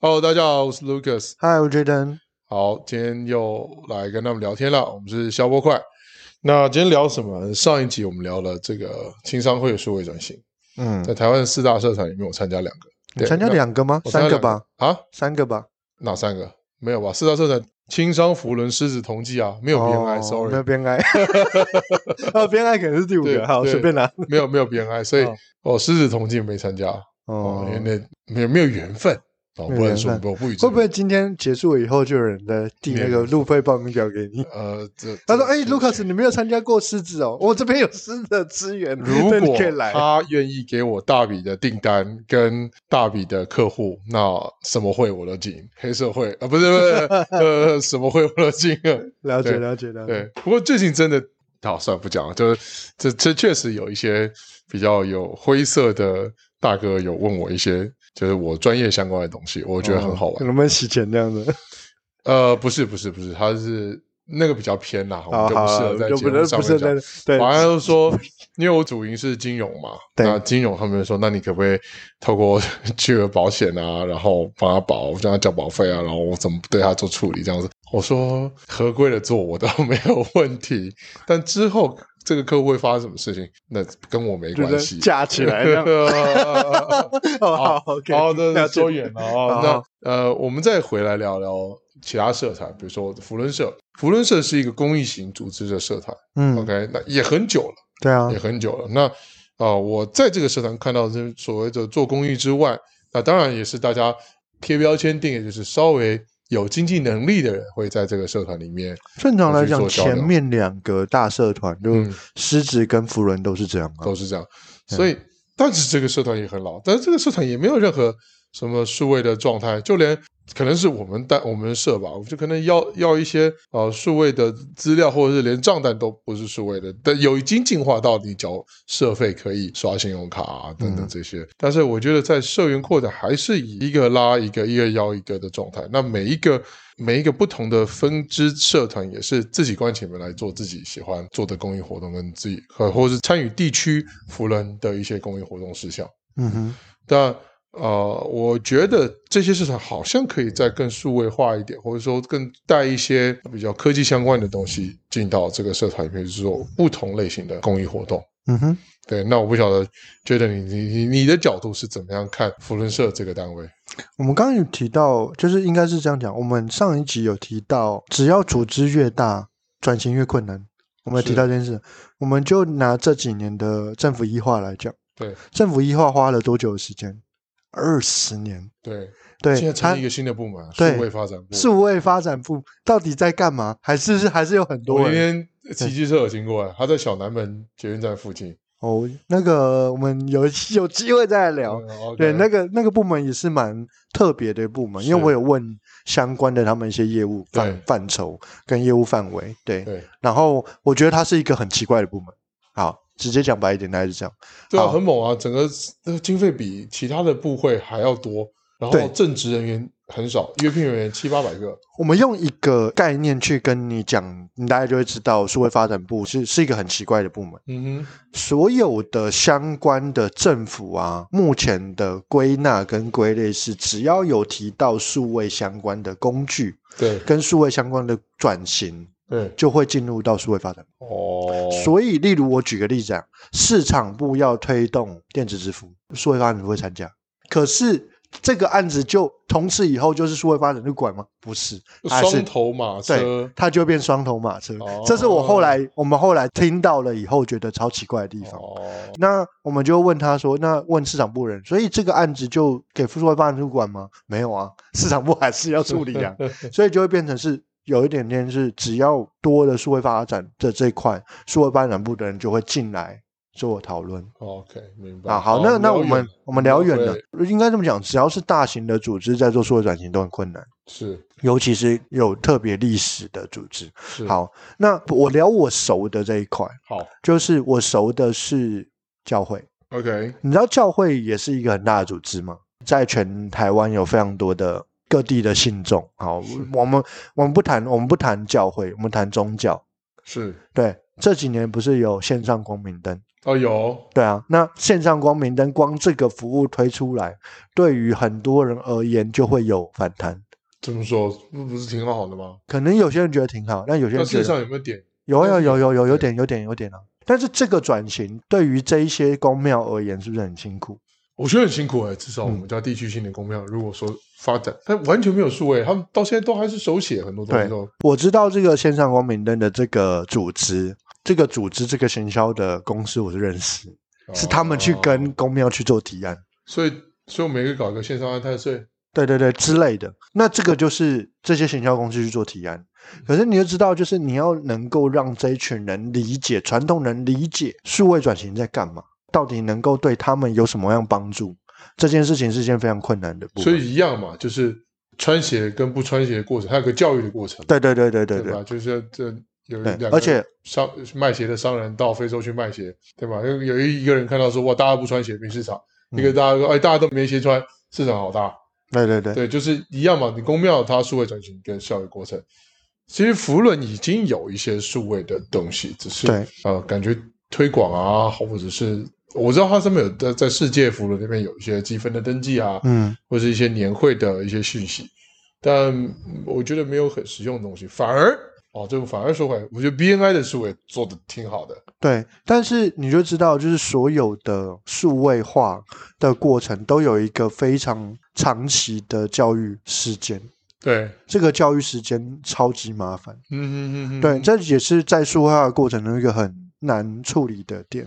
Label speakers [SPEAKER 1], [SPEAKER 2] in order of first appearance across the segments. [SPEAKER 1] Hello，大家好，我是 Lucas。
[SPEAKER 2] 嗨，我 Jaden。
[SPEAKER 1] 好，今天又来跟他们聊天了。我们是消波快。那今天聊什么呢？上一集我们聊了这个青商会的数位转型，
[SPEAKER 2] 嗯，
[SPEAKER 1] 在台湾四大社团里面，我参加两个。
[SPEAKER 2] 你参加
[SPEAKER 1] 那
[SPEAKER 2] 两个吗？
[SPEAKER 1] 我参加两
[SPEAKER 2] 三个
[SPEAKER 1] 个
[SPEAKER 2] 吧，
[SPEAKER 1] 啊？
[SPEAKER 2] 三个吧。
[SPEAKER 1] 哪三个？没有吧？四大社团：青商、福伦、狮子、同济啊，没有 BNI、
[SPEAKER 2] 哦
[SPEAKER 1] sorry，
[SPEAKER 2] 没有 边爱。哦，边爱可能是第五
[SPEAKER 1] 对
[SPEAKER 2] 个，好，
[SPEAKER 1] 对
[SPEAKER 2] 随便拿。
[SPEAKER 1] 没有没有 BNI，所以
[SPEAKER 2] 哦
[SPEAKER 1] 哦，狮子同济没参加哦
[SPEAKER 2] 哦，，
[SPEAKER 1] 因为那没有没有缘分哦，
[SPEAKER 2] 没有
[SPEAKER 1] 不能说
[SPEAKER 2] 缘分
[SPEAKER 1] 我不予置
[SPEAKER 2] 会不会
[SPEAKER 1] 评
[SPEAKER 2] 今天结束以后就有人在递那
[SPEAKER 1] 没有
[SPEAKER 2] 个路费报名表给你？
[SPEAKER 1] 呃，这
[SPEAKER 2] 他说：“
[SPEAKER 1] 这
[SPEAKER 2] 哎，Lucas，你没有参加过狮子哦，我这边有狮子的资源，
[SPEAKER 1] 如
[SPEAKER 2] 对你
[SPEAKER 1] 果
[SPEAKER 2] 可以来。
[SPEAKER 1] 他愿意给我大笔的订单跟大笔的客户，那什么会我都进，黑社会啊、呃不是不是 呃什么会我都进。
[SPEAKER 2] 了解，
[SPEAKER 1] 对
[SPEAKER 2] 了解，了
[SPEAKER 1] 对
[SPEAKER 2] 解。，
[SPEAKER 1] 不过最近真的，好算了不讲了，就是这这确实有一些比较有灰色的大哥有问我一些，就是我专业相关的东西，我觉得很好玩。
[SPEAKER 2] 能不能洗钱这样子？
[SPEAKER 1] 呃，不是不是不是，他是那个比较偏啦，我
[SPEAKER 2] 好
[SPEAKER 1] 们哦就不
[SPEAKER 2] 好
[SPEAKER 1] 适
[SPEAKER 2] 好，
[SPEAKER 1] 合在
[SPEAKER 2] 就
[SPEAKER 1] 节
[SPEAKER 2] 不
[SPEAKER 1] 目
[SPEAKER 2] 能
[SPEAKER 1] 上
[SPEAKER 2] 不是
[SPEAKER 1] 面讲
[SPEAKER 2] 在。对
[SPEAKER 1] 反正就说，因为我主营是金融嘛，
[SPEAKER 2] 对
[SPEAKER 1] 那金融他们就说，那你可不可以透过 巨额保险啊，然后帮他保，让他交保费啊，然后我怎么对他做处理这样子？我说合规的做我都没有问题，但之后这个客户会发生什么事情，那跟我没
[SPEAKER 2] 就
[SPEAKER 1] 关
[SPEAKER 2] 是
[SPEAKER 1] 系。。
[SPEAKER 2] 架起来这样
[SPEAKER 1] 哦，
[SPEAKER 2] 哦，好 ，OK，
[SPEAKER 1] 好的，
[SPEAKER 2] 了解
[SPEAKER 1] 说远了哦。
[SPEAKER 2] 好
[SPEAKER 1] 那呃，我们再回来聊聊其他社团，比如说福伦社。福伦社是一个公益型组织的社团
[SPEAKER 2] 嗯，
[SPEAKER 1] ，OK，那也很久了。
[SPEAKER 2] 对啊
[SPEAKER 1] 也，很久了。那啊、呃我在这个社团看到这所谓的做公益之外，那当然也是大家贴标签定，也就是稍微有经济能力的人会在这个社团里面。
[SPEAKER 2] 正常来
[SPEAKER 1] 我
[SPEAKER 2] 讲，
[SPEAKER 1] 去做交流
[SPEAKER 2] 前面两个大社团就
[SPEAKER 1] 嗯
[SPEAKER 2] 狮子跟福伦都是这样啊。
[SPEAKER 1] 都是这样。所以，但是这个社团也很老，但是这个社团也没有任何什么数位的状态，就连可能是我们单我们社吧，我们就可能要要一些呃数位的资料，或者是连账单都不是数位的，但有已经进化到你缴社费可以刷信用卡、啊、等等
[SPEAKER 2] 嗯
[SPEAKER 1] 这些。但是我觉得在社员扩展还是以一个拉一个，一个邀一个的状态，那每一个。每一个不同的分支社团也是自己关起门来做自己喜欢做的公益活动，跟自己和或是参与地区福人的一些公益活动事项。
[SPEAKER 2] 嗯哼，
[SPEAKER 1] 但呃，我觉得这些市场好像可以再更数位化一点，或者说更带一些比较科技相关的东西进到这个社团里面去做不同类型的公益活动。
[SPEAKER 2] 嗯哼，
[SPEAKER 1] 对，那我不晓得，觉得你你你你的角度是怎么样看福伦社这个单位？
[SPEAKER 2] 我们刚刚有提到，就是应该是这样讲。我们上一集有提到，只要组织越大，转型越困难。我们有
[SPEAKER 1] 是
[SPEAKER 2] 提到这件事，我们就拿这几年的政府医化来讲，
[SPEAKER 1] 对
[SPEAKER 2] 政府医化花了多久的时间？二十年。
[SPEAKER 1] 对，现
[SPEAKER 2] 对，
[SPEAKER 1] 在成
[SPEAKER 2] 它
[SPEAKER 1] 立一个新的部门啊，数
[SPEAKER 2] 对
[SPEAKER 1] 位发展部。
[SPEAKER 2] 数位发展部到底在干嘛？还是还是有很多
[SPEAKER 1] 我那
[SPEAKER 2] 人
[SPEAKER 1] 天骑机车有经过，啊他在小南门捷运站附近。
[SPEAKER 2] 哦。那个，我们有有机会再来聊。
[SPEAKER 1] 嗯，OK
[SPEAKER 2] 对，那个那个部门也是蛮特别的部门，因
[SPEAKER 1] 是
[SPEAKER 2] 为我有问相关的他们一些业务
[SPEAKER 1] 对
[SPEAKER 2] 范范畴跟业务范围，对。
[SPEAKER 1] 对
[SPEAKER 2] 然后我觉得它是一个很奇怪的部门。好，直接讲白一点，大概是这样。
[SPEAKER 1] 对啊，
[SPEAKER 2] 好
[SPEAKER 1] 很猛啊！整个那个经费比其他的部会还要多，然后
[SPEAKER 2] 对
[SPEAKER 1] 正职人员很少，约聘人员七八百个。
[SPEAKER 2] 我们用一个概念去跟你讲，你大概就会知道数位发展部是是一个很奇怪的部门。
[SPEAKER 1] 嗯
[SPEAKER 2] 所有的相关的政府啊，目前的归纳跟归类是，只要有提到数位相关的工具
[SPEAKER 1] 哼，对
[SPEAKER 2] 跟数位相关的转型，
[SPEAKER 1] 对，
[SPEAKER 2] 就会进入到数位发展。
[SPEAKER 1] 哦，
[SPEAKER 2] 所以，例如我举个例子啊，市场部要推动电子支付，数位发展部会参加。可是这个案子就从此以后就是数位发展部管吗？不是，还啊是
[SPEAKER 1] 双头马
[SPEAKER 2] 对
[SPEAKER 1] 车，，
[SPEAKER 2] 它就变双头马车
[SPEAKER 1] 哦。
[SPEAKER 2] 这是我后来我们后来听到了以后觉得超奇怪的地方。
[SPEAKER 1] 哦，
[SPEAKER 2] 那我们就问他说：“那问市场部人，所以这个案子就给副会发展主管吗？没有啊，市场部还是要处理 啊，所以就会变成是有一点点是，只要多了数位发展的这一块，数位发展部的人就会进来做讨论。
[SPEAKER 1] OK，明白。
[SPEAKER 2] 啊，好，那那我们我们聊远了
[SPEAKER 1] 哦对，
[SPEAKER 2] 应该这么讲，只要是大型的组织在做数位转型都很困难，
[SPEAKER 1] 是
[SPEAKER 2] 尤其是有特别历史的组织。
[SPEAKER 1] 是
[SPEAKER 2] 好，那我聊我熟的这一块，
[SPEAKER 1] 好
[SPEAKER 2] 就是我熟的是教会。
[SPEAKER 1] ，OK，
[SPEAKER 2] 你知道教会也是一个很大的组织吗？在全台湾有非常多的各地的信众。好，我们我们不谈我们不谈教会，我们谈宗教。
[SPEAKER 1] 是
[SPEAKER 2] 对，这几年不是有线上光明灯？
[SPEAKER 1] 哦，有，
[SPEAKER 2] 对啊，那线上光明灯光这个服务推出来，对于很多人而言就会有反弹。
[SPEAKER 1] 这么说不不是挺好的吗？
[SPEAKER 2] 可能有些人觉得挺好，但有些
[SPEAKER 1] 那
[SPEAKER 2] 人觉
[SPEAKER 1] 线
[SPEAKER 2] 得
[SPEAKER 1] 上有没有点？
[SPEAKER 2] 有啊有有有有有
[SPEAKER 1] 哦对
[SPEAKER 2] 点有点有点啊。但是这个转型对于这一些公庙而言，是不是很辛苦？
[SPEAKER 1] 我觉得很辛苦哎、至少我们家地区性的公庙，如果说发展，它完全没有数欸位，他们到现在都还是手写很多东西都。
[SPEAKER 2] 我知道这个线上光明灯的这个组织，这个组织这个行销的公司我是认识，是他们去
[SPEAKER 1] 哦
[SPEAKER 2] 跟公庙去做提案。
[SPEAKER 1] 所以，所以我们也可以搞一个线上安泰税。
[SPEAKER 2] 对对对之类的。那这个就是这些行销公司去做提案，
[SPEAKER 1] 嗯
[SPEAKER 2] 可是你就知道，就是你要能够让这一群人理解传统人理解数位转型在干嘛，到底能够对他们有什么样帮助，这件事情是一件非常困难的部分。
[SPEAKER 1] 所，以一样嘛，就是穿鞋跟不穿鞋的过程，还有个教育的过程，
[SPEAKER 2] 对对对对对
[SPEAKER 1] 对吧？
[SPEAKER 2] 对
[SPEAKER 1] 就是这有
[SPEAKER 2] 对
[SPEAKER 1] 两个，
[SPEAKER 2] 而且
[SPEAKER 1] 商卖鞋的商人到非洲去卖鞋，对吧？有有一个人看到说哇，大家不穿鞋没市场，
[SPEAKER 2] 嗯
[SPEAKER 1] 一个大家说哎，大家都没鞋穿，市场好大，
[SPEAKER 2] 对对对，
[SPEAKER 1] 对，就是一样嘛。你公庙它数位转型跟教育过程，其实福伦已经有一些数位的东西，只是
[SPEAKER 2] 对
[SPEAKER 1] 呃，感觉推广啊，或者是我知道它上面有在在世界福伦那边有一些积分的登记啊，
[SPEAKER 2] 嗯，
[SPEAKER 1] 或是一些年会的一些讯息，但嗯我觉得没有很实用的东西，反而哦，这个反而说回来，我觉得 BNI 的数位做的挺好的，
[SPEAKER 2] 对。但是你就知道，就是所有的数位化的过程都有一个非常长期的教育时间，
[SPEAKER 1] 对，
[SPEAKER 2] 这个教育时间超级麻烦。
[SPEAKER 1] 嗯嗯嗯，
[SPEAKER 2] 对，这也是在数化的过程中一个很难处理的点，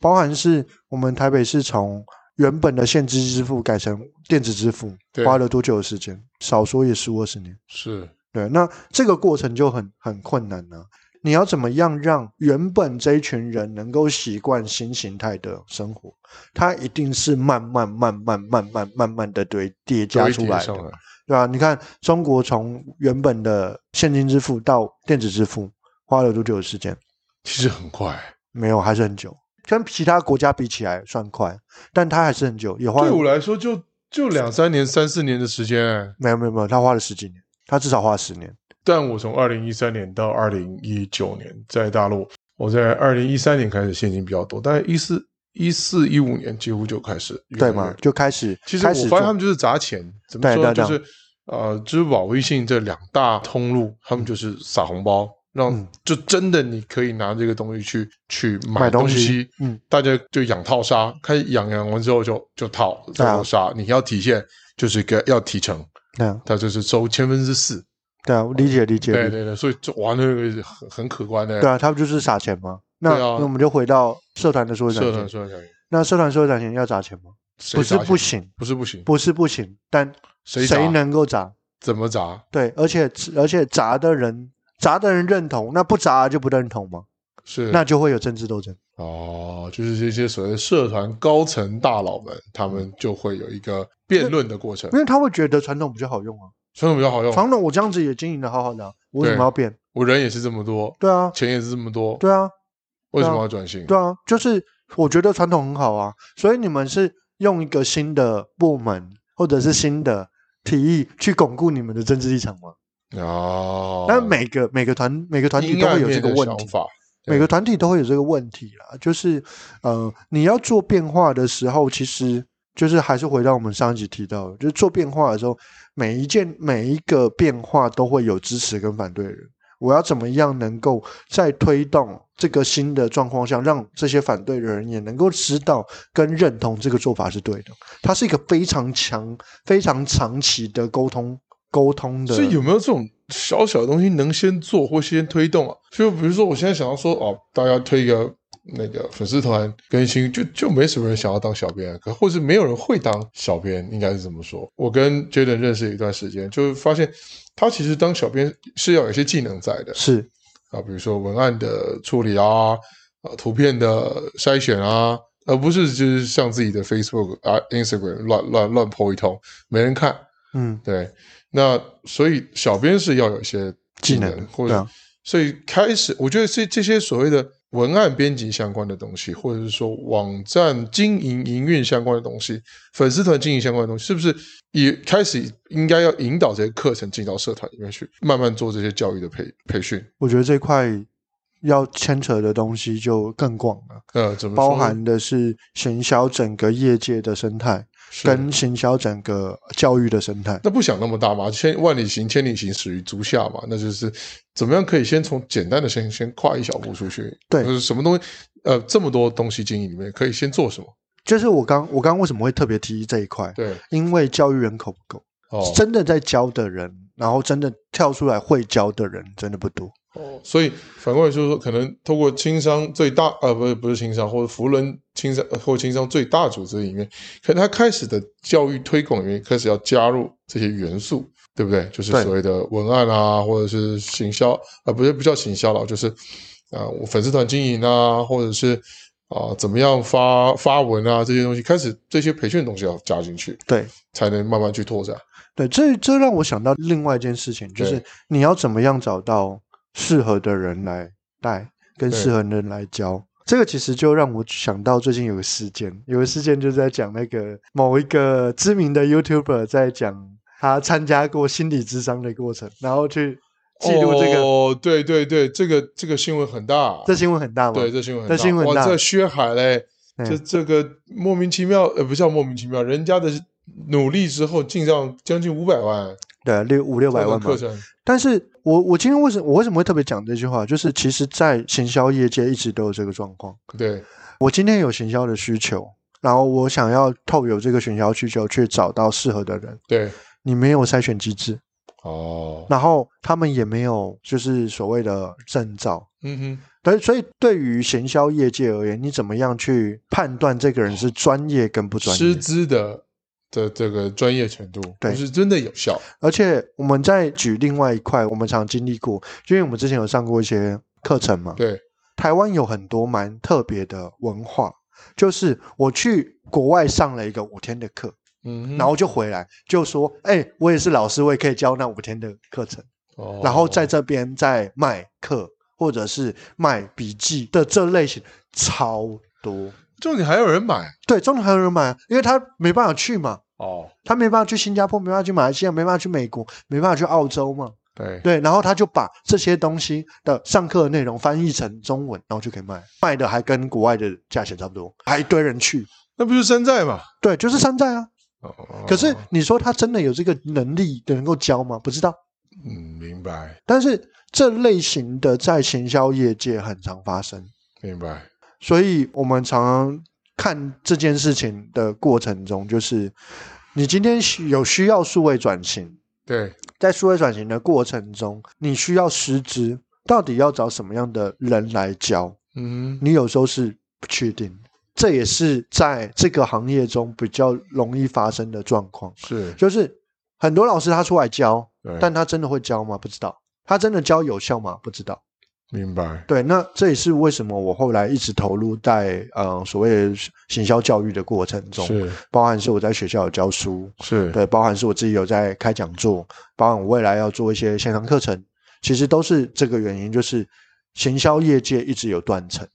[SPEAKER 2] 包含是我们台北市从原本的现金支付改成电子支付，
[SPEAKER 1] 对
[SPEAKER 2] 花了多久的时间？少说也十五二十年。
[SPEAKER 1] 是
[SPEAKER 2] 对，那这个过程就很很困难了、你要怎么样让原本这一群人能够习惯新形态的生活？它一定是慢慢、慢慢、慢慢、慢慢的堆叠加
[SPEAKER 1] 堆
[SPEAKER 2] 出
[SPEAKER 1] 叠
[SPEAKER 2] 来
[SPEAKER 1] 上
[SPEAKER 2] 的。
[SPEAKER 1] 来，
[SPEAKER 2] 对啊，你看中国从原本的现金支付到电子支付，花了多久的时间？
[SPEAKER 1] 其实很快。
[SPEAKER 2] 没有，还是很久。跟其他国家比起来算快，但它还是很久，也花
[SPEAKER 1] 对
[SPEAKER 2] 了
[SPEAKER 1] 我来说就，就两三年、三四年的时间、哎
[SPEAKER 2] 没有没有没有，它花了十几年，它至少花了十年。
[SPEAKER 1] 但我从二零一三年到二零一九年在大陆，我在二零一三年开始现金比较多，但一四一四一五年几乎就开始越来
[SPEAKER 2] 对
[SPEAKER 1] 越
[SPEAKER 2] 嘛，就开始
[SPEAKER 1] 其实我
[SPEAKER 2] 开始
[SPEAKER 1] 发现他
[SPEAKER 2] 做
[SPEAKER 1] 们就是砸钱，怎么说
[SPEAKER 2] 对
[SPEAKER 1] 呢？
[SPEAKER 2] 对
[SPEAKER 1] 就
[SPEAKER 2] 对
[SPEAKER 1] 是呃，支付宝、微信这两大通路，他们就是撒红包，
[SPEAKER 2] 嗯
[SPEAKER 1] 让就真的你可以拿这个东西去去买
[SPEAKER 2] 买东
[SPEAKER 1] 东
[SPEAKER 2] 西，嗯，
[SPEAKER 1] 大家就养套杀，开始养养完之后就就套
[SPEAKER 2] 对啊
[SPEAKER 1] 套杀，你要提现就是给要提成，
[SPEAKER 2] 对啊
[SPEAKER 1] 它就是收千分之四，
[SPEAKER 2] 对啊，我理解理解
[SPEAKER 1] 对
[SPEAKER 2] 理解，
[SPEAKER 1] 对对，所以这玩那个很很可观的，
[SPEAKER 2] 对啊，他们就是撒钱嘛。
[SPEAKER 1] 对
[SPEAKER 2] 那
[SPEAKER 1] 啊
[SPEAKER 2] 那我们就回到社团的说
[SPEAKER 1] 社
[SPEAKER 2] 转
[SPEAKER 1] 团
[SPEAKER 2] 钱，
[SPEAKER 1] 说谁
[SPEAKER 2] 那社团说转钱要砸钱吗？不是
[SPEAKER 1] 砸钱
[SPEAKER 2] 不，行，
[SPEAKER 1] 不是不行，
[SPEAKER 2] 不是不行，但
[SPEAKER 1] 谁
[SPEAKER 2] 谁
[SPEAKER 1] 砸
[SPEAKER 2] 能够砸？
[SPEAKER 1] 怎么砸？
[SPEAKER 2] 对，而且而且砸的人砸的人认同，那不砸就不认同嘛，
[SPEAKER 1] 是
[SPEAKER 2] 那就会有政治斗争。
[SPEAKER 1] 哦，就是这些所谓的社团高层大佬们，他
[SPEAKER 2] 嗯
[SPEAKER 1] 们就会有一个辩论的过程，
[SPEAKER 2] 因为他会觉得传统比较好用啊，
[SPEAKER 1] 传统比较好用。
[SPEAKER 2] 传统我这样子也经营的好好的啊、我为什么
[SPEAKER 1] 对
[SPEAKER 2] 要变？
[SPEAKER 1] 我人也是这么多，
[SPEAKER 2] 对啊，
[SPEAKER 1] 钱也是这么多，
[SPEAKER 2] 对啊，
[SPEAKER 1] 为什么要转型？
[SPEAKER 2] 对啊，就是我觉得传统很好啊，所以你们是用一个新的部门或者是新的提议去巩固你们的政治立场吗？
[SPEAKER 1] 哦，
[SPEAKER 2] 但每个每个团每个团体
[SPEAKER 1] 阴
[SPEAKER 2] 都
[SPEAKER 1] 暗
[SPEAKER 2] 会有这
[SPEAKER 1] 面
[SPEAKER 2] 个
[SPEAKER 1] 的
[SPEAKER 2] 问
[SPEAKER 1] 想
[SPEAKER 2] 题，
[SPEAKER 1] 法，对
[SPEAKER 2] 每个团体都会有这个问题啦。就是呃，你要做变化的时候，其实就是还是回到我们上一集提到的，就是做变化的时候，每一件每一个变化都会有支持跟反对的人。我要怎么样能够在推动这个新的状况下，让这些反对的人也能够知道跟认同这个做法是对的？它是一个非常强、非常长期的沟通沟通的。
[SPEAKER 1] 所以有没有这种小小的东西能先做或先推动啊？就比如说，我现在想要说哦，大家推一个那个粉丝团更新，就就没什么人想要当小编，啊可或是没有人会当小编，应该是这么说。我跟 Jaden 认识一段时间，就发现他其实当小编是要有一些技能在的
[SPEAKER 2] 是
[SPEAKER 1] 啊，比如说文案的处理啊，啊图片的筛选啊。而不是就是像自己的 Facebook 啊、Instagram 乱乱乱 po 一通，没人看。
[SPEAKER 2] 嗯，
[SPEAKER 1] 对，那所以小编是要有一些技能，
[SPEAKER 2] 技能
[SPEAKER 1] 或
[SPEAKER 2] 对
[SPEAKER 1] 者、
[SPEAKER 2] 啊
[SPEAKER 1] 所以开始，我觉得这这些所谓的文案编辑相关的东西，或者是说网站经营营运相关的东西，粉丝团经营相关的东西，是不是也开始应该要引导这些课程进到社团里面去，慢慢做这些教育的培培训？
[SPEAKER 2] 我觉得这块要牵扯的东西就更广了，
[SPEAKER 1] 呃，怎么说
[SPEAKER 2] 包含的是行销整个业界的生态，
[SPEAKER 1] 是
[SPEAKER 2] 跟行销整个教育的生态。
[SPEAKER 1] 那不想那么大嘛，千万里行千里行，始于足下嘛。那就是怎么样可以先从简单的先先跨一小步出去。
[SPEAKER 2] 对
[SPEAKER 1] 就是什么东西，呃，这么多东西经营里面可以先做什么？
[SPEAKER 2] 就是我刚我刚为什么会特别提这一块，
[SPEAKER 1] 对，
[SPEAKER 2] 因为教育人口不够，
[SPEAKER 1] 哦，
[SPEAKER 2] 真的在教的人，然后真的跳出来会教的人真的不多。
[SPEAKER 1] 所以反过来就是说，可能透过轻商最大，呃，不是不是轻商，或者福伦轻商呃或轻商最大组织里面，可能他开始的教育推广里面开始要加入这些元素，对不对？就是
[SPEAKER 2] 对
[SPEAKER 1] 所谓的文案啊，或者是行销，啊、不是不叫行销了，就是啊、我粉丝团经营啊，或者是啊、怎么样发发文啊这些东西，开始这些培训的东西要加进去，
[SPEAKER 2] 对
[SPEAKER 1] 才能慢慢去拓展。
[SPEAKER 2] 对，这这让我想到另外一件事情，就是
[SPEAKER 1] 对
[SPEAKER 2] 你要怎么样找到适合的人来带，跟
[SPEAKER 1] 对
[SPEAKER 2] 适合的人来教。这个其实就让我想到最近有个事件，有个事件就在讲那个某一个知名的 YouTuber 在讲他参加过心理智商的过程，然后去记录这个，
[SPEAKER 1] 哦，对对对，这个这个新闻很大，啊
[SPEAKER 2] 这新闻很大嘛？
[SPEAKER 1] 对，这新闻很
[SPEAKER 2] 这新闻很
[SPEAKER 1] 哇，
[SPEAKER 2] 大
[SPEAKER 1] 这薛海嘞，
[SPEAKER 2] 嗯
[SPEAKER 1] 这这个莫名其妙，呃，不叫莫名其妙，人家的努力之后进账将近五百万，
[SPEAKER 2] 对，啊六五六
[SPEAKER 1] 五
[SPEAKER 2] 百万嘛
[SPEAKER 1] 课。程，
[SPEAKER 2] 但是我我今天为什么我为什么会特别讲这句话？就是其实，在行销业界一直都有这个状况。
[SPEAKER 1] 对，
[SPEAKER 2] 我今天有行销的需求，然后我想要透有这个行销需求去找到适合的人，
[SPEAKER 1] 对，
[SPEAKER 2] 你没有筛选机制，
[SPEAKER 1] 哦，
[SPEAKER 2] 然后他们也没有就是所谓的证照。
[SPEAKER 1] 嗯哼，
[SPEAKER 2] 对，所以对于行销业界而言，你怎么样去判断这个人是专业跟不专
[SPEAKER 1] 师
[SPEAKER 2] 业？
[SPEAKER 1] 资的的这个专业程度，
[SPEAKER 2] 对
[SPEAKER 1] 不是真的有效，
[SPEAKER 2] 而且我们再举另外一块，我们常经历过，因为我们之前有上过一些课程嘛，
[SPEAKER 1] 对，
[SPEAKER 2] 台湾有很多蛮特别的文化，就是我去国外上了一个五天的课，
[SPEAKER 1] 嗯哼，
[SPEAKER 2] 然后就回来就说：“哎、我也是老师，我也可以教那五天的课程，
[SPEAKER 1] 哦
[SPEAKER 2] 然后在这边再卖课或者是卖笔记的这类型超多。
[SPEAKER 1] 重点还有人买，
[SPEAKER 2] 对，中国还有人买，因为他没办法去嘛，
[SPEAKER 1] 哦，
[SPEAKER 2] 他没办法去新加坡，没办法去马来西亚，没办法去美国，没办法去澳洲嘛。
[SPEAKER 1] 对，
[SPEAKER 2] 对，然后他就把这些东西的上课的内容翻译成中文，然后就可以卖，卖的还跟国外的价钱差不多，还一堆人去。
[SPEAKER 1] 那不就是山寨嘛？
[SPEAKER 2] 对，就是山寨啊。
[SPEAKER 1] 哦
[SPEAKER 2] 可是，你说他真的有这个能力能够教吗？不知道。
[SPEAKER 1] 嗯，明白，
[SPEAKER 2] 但是这类型的在行销业界很常发生，
[SPEAKER 1] 明白，
[SPEAKER 2] 所以我们常常看这件事情的过程中，就是你今天需有需要数位转型，
[SPEAKER 1] 对，
[SPEAKER 2] 在数位转型的过程中，你需要师资，到底要找什么样的人来教？
[SPEAKER 1] 嗯哼，
[SPEAKER 2] 你有时候是不确定的，这也是在这个行业中比较容易发生的状况，
[SPEAKER 1] 是，
[SPEAKER 2] 就是很多老师他出来教，
[SPEAKER 1] 对
[SPEAKER 2] 但他真的会教吗？不知道。他真的教有效吗？不知道。
[SPEAKER 1] 明白，
[SPEAKER 2] 对，那这也是为什么我后来一直投入在呃所谓的行销教育的过程中，
[SPEAKER 1] 是
[SPEAKER 2] 包含是我在学校有教书，
[SPEAKER 1] 是，
[SPEAKER 2] 对，包含是我自己有在开讲座，包含我未来要做一些线上课程，其实都是这个原因，就是行销业界一直有断层，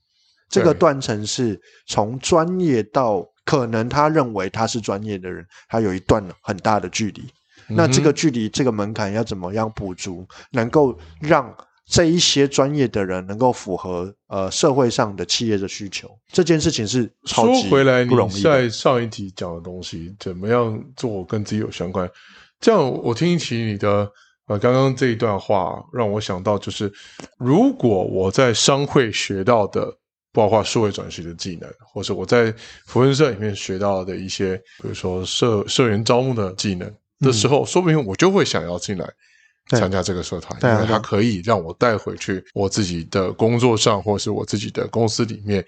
[SPEAKER 2] 这个
[SPEAKER 1] 对
[SPEAKER 2] 断层是从专业到可能他认为他是专业的人，他有一段很大的距离。
[SPEAKER 1] 嗯
[SPEAKER 2] 那这个距离、这个门槛要怎么样补足，能够让这一些专业的人能够符合呃社会上的企业的需求？这件事情是超
[SPEAKER 1] 说
[SPEAKER 2] 级
[SPEAKER 1] 回来，你
[SPEAKER 2] 不容易的。
[SPEAKER 1] 在上一题讲的东西，怎么样做跟自己有相关？这样我听一起你的呃刚刚这一段话，让我想到就是，如果我在商会学到的，包括数位转型的技能，或是我在福恩社里面学到的一些，比如说社社员招募的技能的时候，说不定我就会想要进来。
[SPEAKER 2] 嗯对
[SPEAKER 1] 参加这个社团，
[SPEAKER 2] 对啊
[SPEAKER 1] 因为它
[SPEAKER 2] 对
[SPEAKER 1] 可以让我带回去我自己的工作上，或是我自己的公司里面，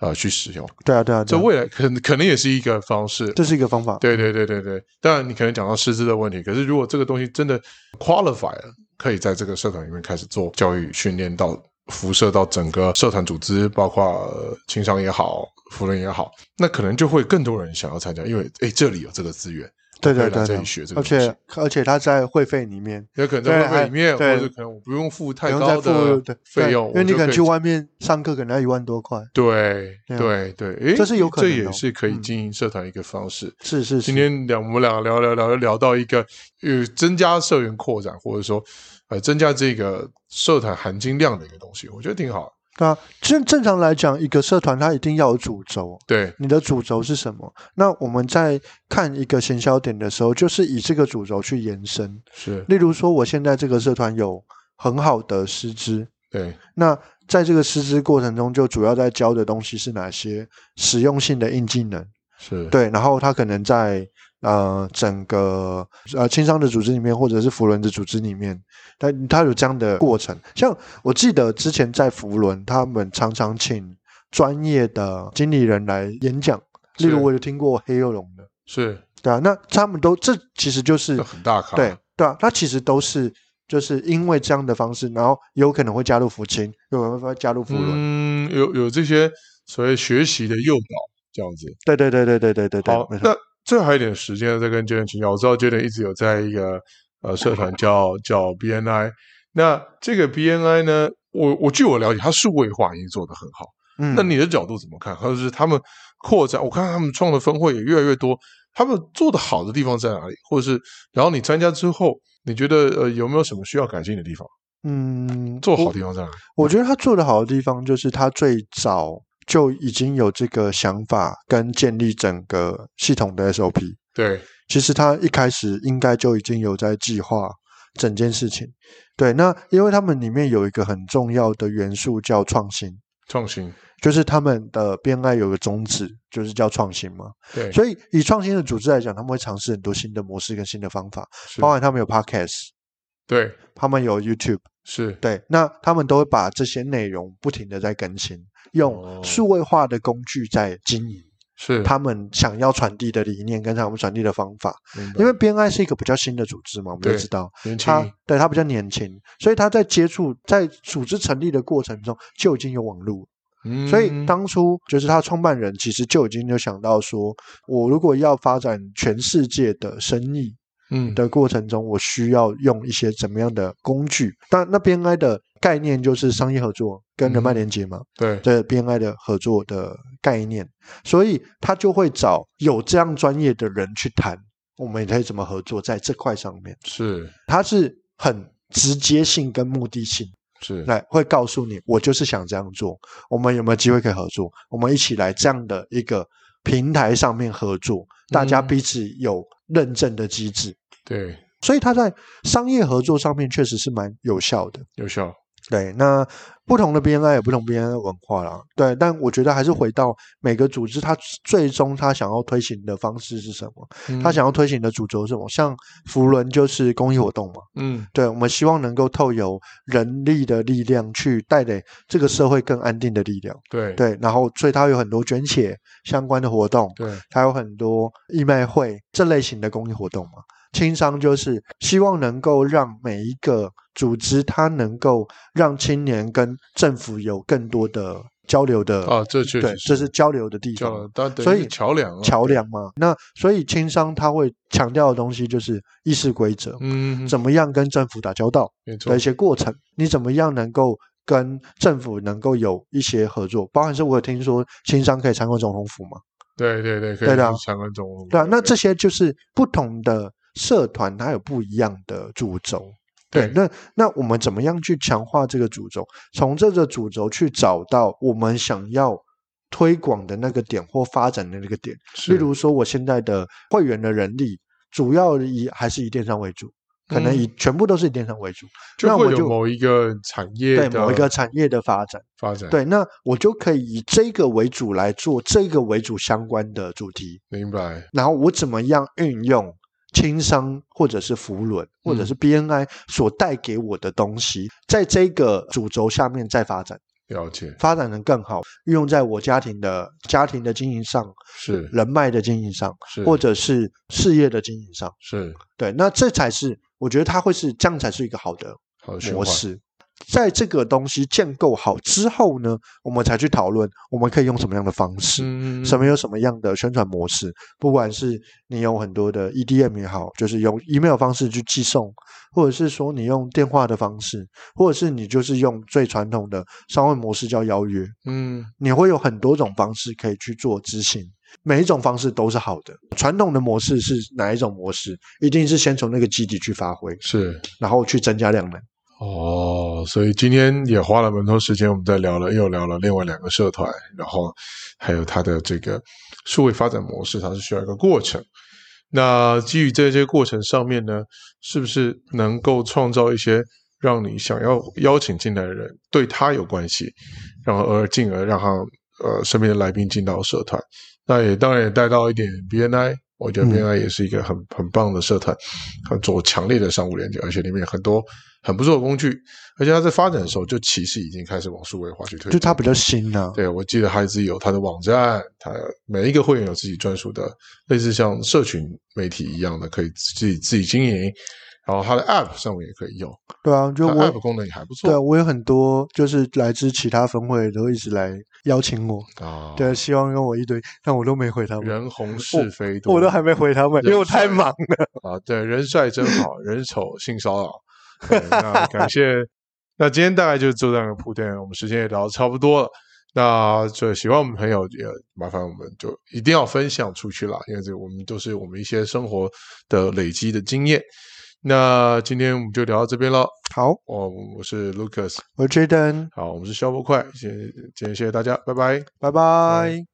[SPEAKER 1] 呃，去使用。
[SPEAKER 2] 对啊，对啊，
[SPEAKER 1] 这
[SPEAKER 2] 对啊
[SPEAKER 1] 未来可可能也是一个方式。
[SPEAKER 2] 这是一个方法。
[SPEAKER 1] 对对对对对，当然你可能讲到师资的问题，可是如果这个东西真的 qualify 了，可以在这个社团里面开始做教育训练到。辐射到整个社团组织，包括呃青商也好，福人也好，那可能就会更多人想要参加，因为哎，这里有这个资源，
[SPEAKER 2] 对对
[SPEAKER 1] 可以来这
[SPEAKER 2] 对对
[SPEAKER 1] 里学这个
[SPEAKER 2] 而
[SPEAKER 1] 东西
[SPEAKER 2] 且而且他在会费里面
[SPEAKER 1] 也可能在会费里面，
[SPEAKER 2] 对还
[SPEAKER 1] 或
[SPEAKER 2] 对
[SPEAKER 1] 者可能我不用付
[SPEAKER 2] 不
[SPEAKER 1] 太
[SPEAKER 2] 用
[SPEAKER 1] 高
[SPEAKER 2] 再付
[SPEAKER 1] 的
[SPEAKER 2] 对
[SPEAKER 1] 费用，
[SPEAKER 2] 因为你
[SPEAKER 1] 我就
[SPEAKER 2] 可能
[SPEAKER 1] 以
[SPEAKER 2] 去外面上课可能要一万多块。
[SPEAKER 1] 对
[SPEAKER 2] 对啊
[SPEAKER 1] 对对，哎，
[SPEAKER 2] 这是有可能
[SPEAKER 1] 这也
[SPEAKER 2] 的
[SPEAKER 1] 是可以
[SPEAKER 2] 嗯
[SPEAKER 1] 经营社团一个方式。
[SPEAKER 2] 是是
[SPEAKER 1] 今
[SPEAKER 2] 是，
[SPEAKER 1] 天两我们俩聊聊聊聊聊到一个呃增加社员扩展，或者说呃增加这个社团含金量的一个东西，我觉得挺好。
[SPEAKER 2] 那正正常来讲，一个社团它一定要有主轴，啊
[SPEAKER 1] 对，
[SPEAKER 2] 你的主轴是什么？那我们在看一个行销点的时候，就是以这个主轴去延伸。
[SPEAKER 1] 是，
[SPEAKER 2] 例如说，我现在这个社团有很好的师资，
[SPEAKER 1] 对，
[SPEAKER 2] 那在这个师资过程中，就主要在教的东西是哪些实用性的硬技能？
[SPEAKER 1] 是，
[SPEAKER 2] 对，然后他可能在呃整个呃轻商的组织里面，或者是福伦的组织里面，他他有这样的过程。像我记得之前在福伦，他们常常请专业的经理人来演讲，例
[SPEAKER 1] 是
[SPEAKER 2] 如我有听过黑幼龙的，
[SPEAKER 1] 是，
[SPEAKER 2] 对啊，那他们都这其实就是
[SPEAKER 1] 这很大咖，
[SPEAKER 2] 对，对啊，他其实都是就是因为这样的方式，然后有可能会加入福清，有可能会加入福伦，
[SPEAKER 1] 嗯，有有这些所谓学习的诱导，这样子。
[SPEAKER 2] 对对对对对对对对，
[SPEAKER 1] 好
[SPEAKER 2] 没，错
[SPEAKER 1] 那最后还有一点时间再跟 Jaden 请教。我知道 Jaden 一直有在一个呃社团叫叫 BNI，那这个 BNI 呢，我我据我了解，它数位化已经做得很好。
[SPEAKER 2] 嗯，
[SPEAKER 1] 那你的角度怎么看？还有就是他们扩展，我看他们创的分会也越来越多，他们做的好的地方在哪里？或者是然后你参加之后，你觉得呃有没有什么需要改进的地方？
[SPEAKER 2] 嗯
[SPEAKER 1] 做好
[SPEAKER 2] 我
[SPEAKER 1] 的地方在哪里？
[SPEAKER 2] 我觉得他做的好的地方就是他最早就已经有这个想法跟建立整个系统的 SOP。
[SPEAKER 1] 对，
[SPEAKER 2] 其实他一开始应该就已经有在计划整件事情。对，那因为他们里面有一个很重要的元素叫创新，
[SPEAKER 1] 创新，
[SPEAKER 2] 就是他们的 BNI 有个宗旨，就是叫创新嘛。
[SPEAKER 1] 对，
[SPEAKER 2] 所以以创新的组织来讲，他们会尝试很多新的模式跟新的方法，
[SPEAKER 1] 是
[SPEAKER 2] 包含他们有 Podcast，
[SPEAKER 1] 对
[SPEAKER 2] 他们有 YouTube。
[SPEAKER 1] 是
[SPEAKER 2] 对，那他们都会把这些内容不停的在更新，
[SPEAKER 1] 哦
[SPEAKER 2] 用数位化的工具在经营
[SPEAKER 1] 是，
[SPEAKER 2] 他们想要传递的理念跟他们传递的方法。
[SPEAKER 1] 明白
[SPEAKER 2] 因为 BNI 是一个比较新的组织嘛，我们都
[SPEAKER 1] 对
[SPEAKER 2] 知道，
[SPEAKER 1] 年轻
[SPEAKER 2] 它对它比较年轻，所以它在接触在组织成立的过程中就已经有网络，
[SPEAKER 1] 人，
[SPEAKER 2] 所以
[SPEAKER 1] 嗯
[SPEAKER 2] 当初就是他创办人其实就已经有想到说，我如果要发展全世界的生意，
[SPEAKER 1] 嗯
[SPEAKER 2] 的过程中，我需要用一些怎么样的工具？但那 BNI 的概念就是商业合作跟人脉连接嘛，
[SPEAKER 1] 对
[SPEAKER 2] 这 BNI 的合作的概念，所以他就会找有这样专业的人去谈，我们可以怎么合作在这块上面，
[SPEAKER 1] 是
[SPEAKER 2] 它是很直接性跟目的性。
[SPEAKER 1] 是
[SPEAKER 2] 来会告诉你，我就是想这样做，我们有没有机会可以合作？我们一起来这样的一个平台上面合作，大家
[SPEAKER 1] 嗯
[SPEAKER 2] 彼此有认证的机制。
[SPEAKER 1] 对
[SPEAKER 2] 所以它在商业合作上面确实是蛮有效的。
[SPEAKER 1] 有效，
[SPEAKER 2] 对，那不同的 BNI 有不同 BNI 文化啦。对，但我觉得还是回到每个组织，它最终它想要推行的方式是什么？它
[SPEAKER 1] 嗯
[SPEAKER 2] 想要推行的主轴是什么？像福伦就是公益活动嘛。
[SPEAKER 1] 嗯
[SPEAKER 2] 对，我们希望能够透由人力的力量去带给这个社会更安定的力量。
[SPEAKER 1] 对
[SPEAKER 2] 对，然后所以它有很多捐血相关的活动，
[SPEAKER 1] 对
[SPEAKER 2] 还有很多义卖会这类型的公益活动嘛。轻商就是希望能够让每一个组织，它能够让青年跟政府有更多的交流的，
[SPEAKER 1] 啊，这确
[SPEAKER 2] 对，
[SPEAKER 1] 实
[SPEAKER 2] 这是交流的地
[SPEAKER 1] 叫
[SPEAKER 2] 方，
[SPEAKER 1] 它等于
[SPEAKER 2] 所以
[SPEAKER 1] 是桥梁啊，
[SPEAKER 2] 桥梁嘛。那所以轻商它会强调的东西就是议事规则，
[SPEAKER 1] 嗯，
[SPEAKER 2] 怎么样跟政府打交道
[SPEAKER 1] 没错
[SPEAKER 2] 的一，些过程，你怎么样能够。跟政府能够有一些合作，包含是我有听说轻商可以参观总统府嘛？
[SPEAKER 1] 对对对，可以
[SPEAKER 2] 对的啊
[SPEAKER 1] 参观中文，
[SPEAKER 2] 对啊，那这些就是不同的社团，它有不一样的主轴。
[SPEAKER 1] 对
[SPEAKER 2] 那那我们怎么样去强化这个主轴？从这个主轴去找到我们想要推广的那个点或发展的那个点。
[SPEAKER 1] 是
[SPEAKER 2] 例如说，我现在的会员的人力主要以还是以电商为主，可能
[SPEAKER 1] 嗯
[SPEAKER 2] 以、全部都是以电商为主。
[SPEAKER 1] 就
[SPEAKER 2] 那
[SPEAKER 1] 会
[SPEAKER 2] 我
[SPEAKER 1] 有
[SPEAKER 2] 就
[SPEAKER 1] 某一个产业
[SPEAKER 2] 对
[SPEAKER 1] 的
[SPEAKER 2] 某一个产业的发展，
[SPEAKER 1] 发展，，
[SPEAKER 2] 对，那我就可以以这个为主来做这个为主相关的主题。
[SPEAKER 1] 明白，
[SPEAKER 2] 然后我怎么样运用轻商或者是福伦或
[SPEAKER 1] 嗯
[SPEAKER 2] 者是 BNI 所带给我的东西，在这个主轴下面再发展，
[SPEAKER 1] 了解，
[SPEAKER 2] 发展的更好，运用在我家庭的家庭的经营上、
[SPEAKER 1] 是
[SPEAKER 2] 人脉的经营上，
[SPEAKER 1] 是
[SPEAKER 2] 或者是事业的经营上。
[SPEAKER 1] 是
[SPEAKER 2] 对，那这才是我觉得它会是这样才是一个好的
[SPEAKER 1] 好的循
[SPEAKER 2] 模
[SPEAKER 1] 环，
[SPEAKER 2] 式。在这个东西建构好之后呢，我们才去讨论我们可以用什么样的方式。
[SPEAKER 1] 嗯，
[SPEAKER 2] 什么有什么样的宣传模式，不管是你用很多的 EDM 也好，就是用 email 方式去寄送，或者是说你用电话的方式，或者是你就是用最传统的商会模式叫邀约，
[SPEAKER 1] 嗯
[SPEAKER 2] 你会有很多种方式可以去做执行。每一种方式都是好的，传统的模式是哪一种模式？一定是先从那个基底去发挥，
[SPEAKER 1] 是
[SPEAKER 2] 然后去增加量能。
[SPEAKER 1] 哦，好，所以今天也花了蛮多时间，我们在聊了又聊了另外两个社团，然后还有它的这个数位发展模式，它是需要一个过程。那基于在这些过程上面呢，是不是能够创造一些让你想要邀请进来的人对他有关系，然后而进而让他呃身边的来宾进到社团？那也当然也带到一点 BNI，我觉得
[SPEAKER 2] 嗯
[SPEAKER 1] BNI 也是一个很很棒的社团，它做强烈的商务连接，而且里面有很多很不错的工具，而且它在发展的时候就其实已经开始往数位化去推进，
[SPEAKER 2] 就它比较新啊呐、
[SPEAKER 1] 对，我记得他自己有他的网站，他每一个会员有自己专属的，类似像社群媒体一样的，可以自己自己经营。然后他的 App 上面也可以用，
[SPEAKER 2] 对啊，就
[SPEAKER 1] 它
[SPEAKER 2] 我
[SPEAKER 1] App 功能也还不
[SPEAKER 2] 对啊
[SPEAKER 1] 错
[SPEAKER 2] 我有很多就是来自其他分会都一直来邀请我，
[SPEAKER 1] 啊。
[SPEAKER 2] 对，，希望跟我一堆，但我都没回他们，
[SPEAKER 1] 人红是非多，
[SPEAKER 2] 我都还没回他们，因为我太忙了。
[SPEAKER 1] 啊，对，人帅真好，人丑性骚扰。对那感谢，那今天大概就做这样的铺垫，我们时间也聊得差不多了。那这喜欢我们朋友也麻烦我们就一定要分享出去啦，因为这我们都是我们一些生活的累积的经验。那今天我们就聊到这边了。
[SPEAKER 2] 好，
[SPEAKER 1] 我我是 Lucas，
[SPEAKER 2] 我是 Jaden，
[SPEAKER 1] 好，我们是消波快，谢谢今天谢谢大家，拜拜。
[SPEAKER 2] 拜拜。